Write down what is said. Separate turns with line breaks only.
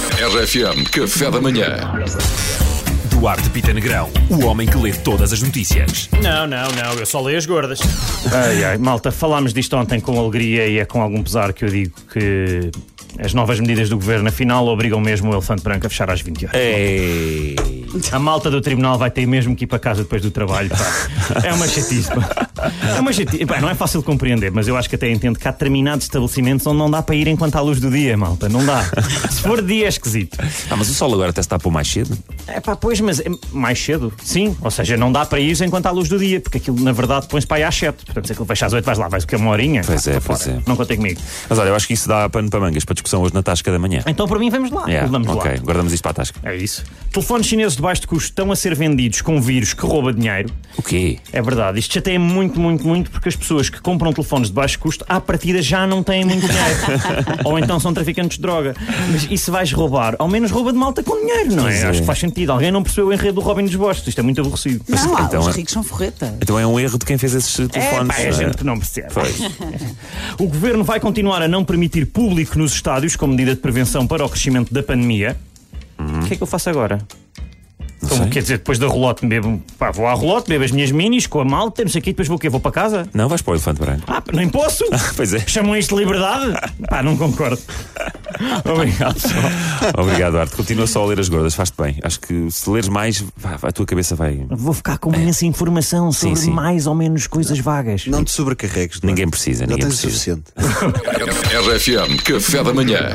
RFM Café da Manhã.
Duarte Pita Negrão, o homem que lê todas as notícias.
Não, não, não, eu só leio as gordas.
Ai, ai, malta, falámos disto ontem com alegria e é com algum pesar que eu digo que as novas medidas do governo, afinal, obrigam mesmo o elefante branco a fechar às 20
É.
horas. A malta do tribunal vai ter mesmo que ir para casa depois do trabalho. pá. É uma chatice. pá. É uma chatice. Pá, não é fácil de compreender, mas eu acho que até entendo que há determinados estabelecimentos onde não dá para ir enquanto há luz do dia, malta. Não dá. Se for dia, é esquisito.
Ah, mas o sol agora até se tapou mais cedo.
É pá, pois, mas é mais cedo, sim. Ou seja, não dá para ir enquanto há luz do dia, porque aquilo na verdade põe-se para aí às 7. Portanto, se aquilo fecha às 8, vais lá, vais o que é uma horinha.
Pois é,
Pá, tô
pois
fora.
é.
Não contem comigo.
Mas olha, eu acho que isso dá pano para mangas para discussão hoje na tasca da manhã.
Então, para mim, vamos lá.
Yeah,
Vamos
ok,
lá.
guardamos isto para a tasca.
É isso. Telefones chineses de baixo de custo estão a ser vendidos com vírus que rouba dinheiro.
O quê?
É verdade, isto chateia muito, muito, muito, porque as pessoas que compram telefones de baixo custo, à partida já não têm muito dinheiro. Ou então são traficantes de droga. Mas e se vais roubar? Ao menos rouba de malta com dinheiro, não
Pois
é?
é.
Acho que faz sentido. Alguém não percebeu o enredo do Robin dos Bostos. Isto é muito aborrecido.
Não, lá,
então
os
é-
ricos são forreta.
Então é um erro de quem fez esses
É,
telefones.
pá, é
não é?
gente que não percebe.
Pois.
O governo vai continuar a não permitir público nos estádios como medida de prevenção para o crescimento da pandemia. O que é que eu faço agora? Então,
Uhum. sei.
quer dizer, depois da rolote bebo, pá, vou à rolote, bebo as minhas minis com a malta, não sei o quê, depois vou o quê? Vou para casa?
Não vais para o elefante branco.
Ah, nem posso!
Pois é.
Chamam isto de liberdade? Pá, não concordo. Obrigado.
Obrigado, Duarte. Continua só a ler as gordas, faz-te bem. Acho que se leres mais, vá, a tua cabeça vai.
Vou ficar com imensa informação sobre
sim.
mais ou menos coisas vagas.
Não te sobrecarregues. não é?
Ninguém precisa,
Já
ninguém
tens o
precisa.
suficiente.
RFM Café da Manhã.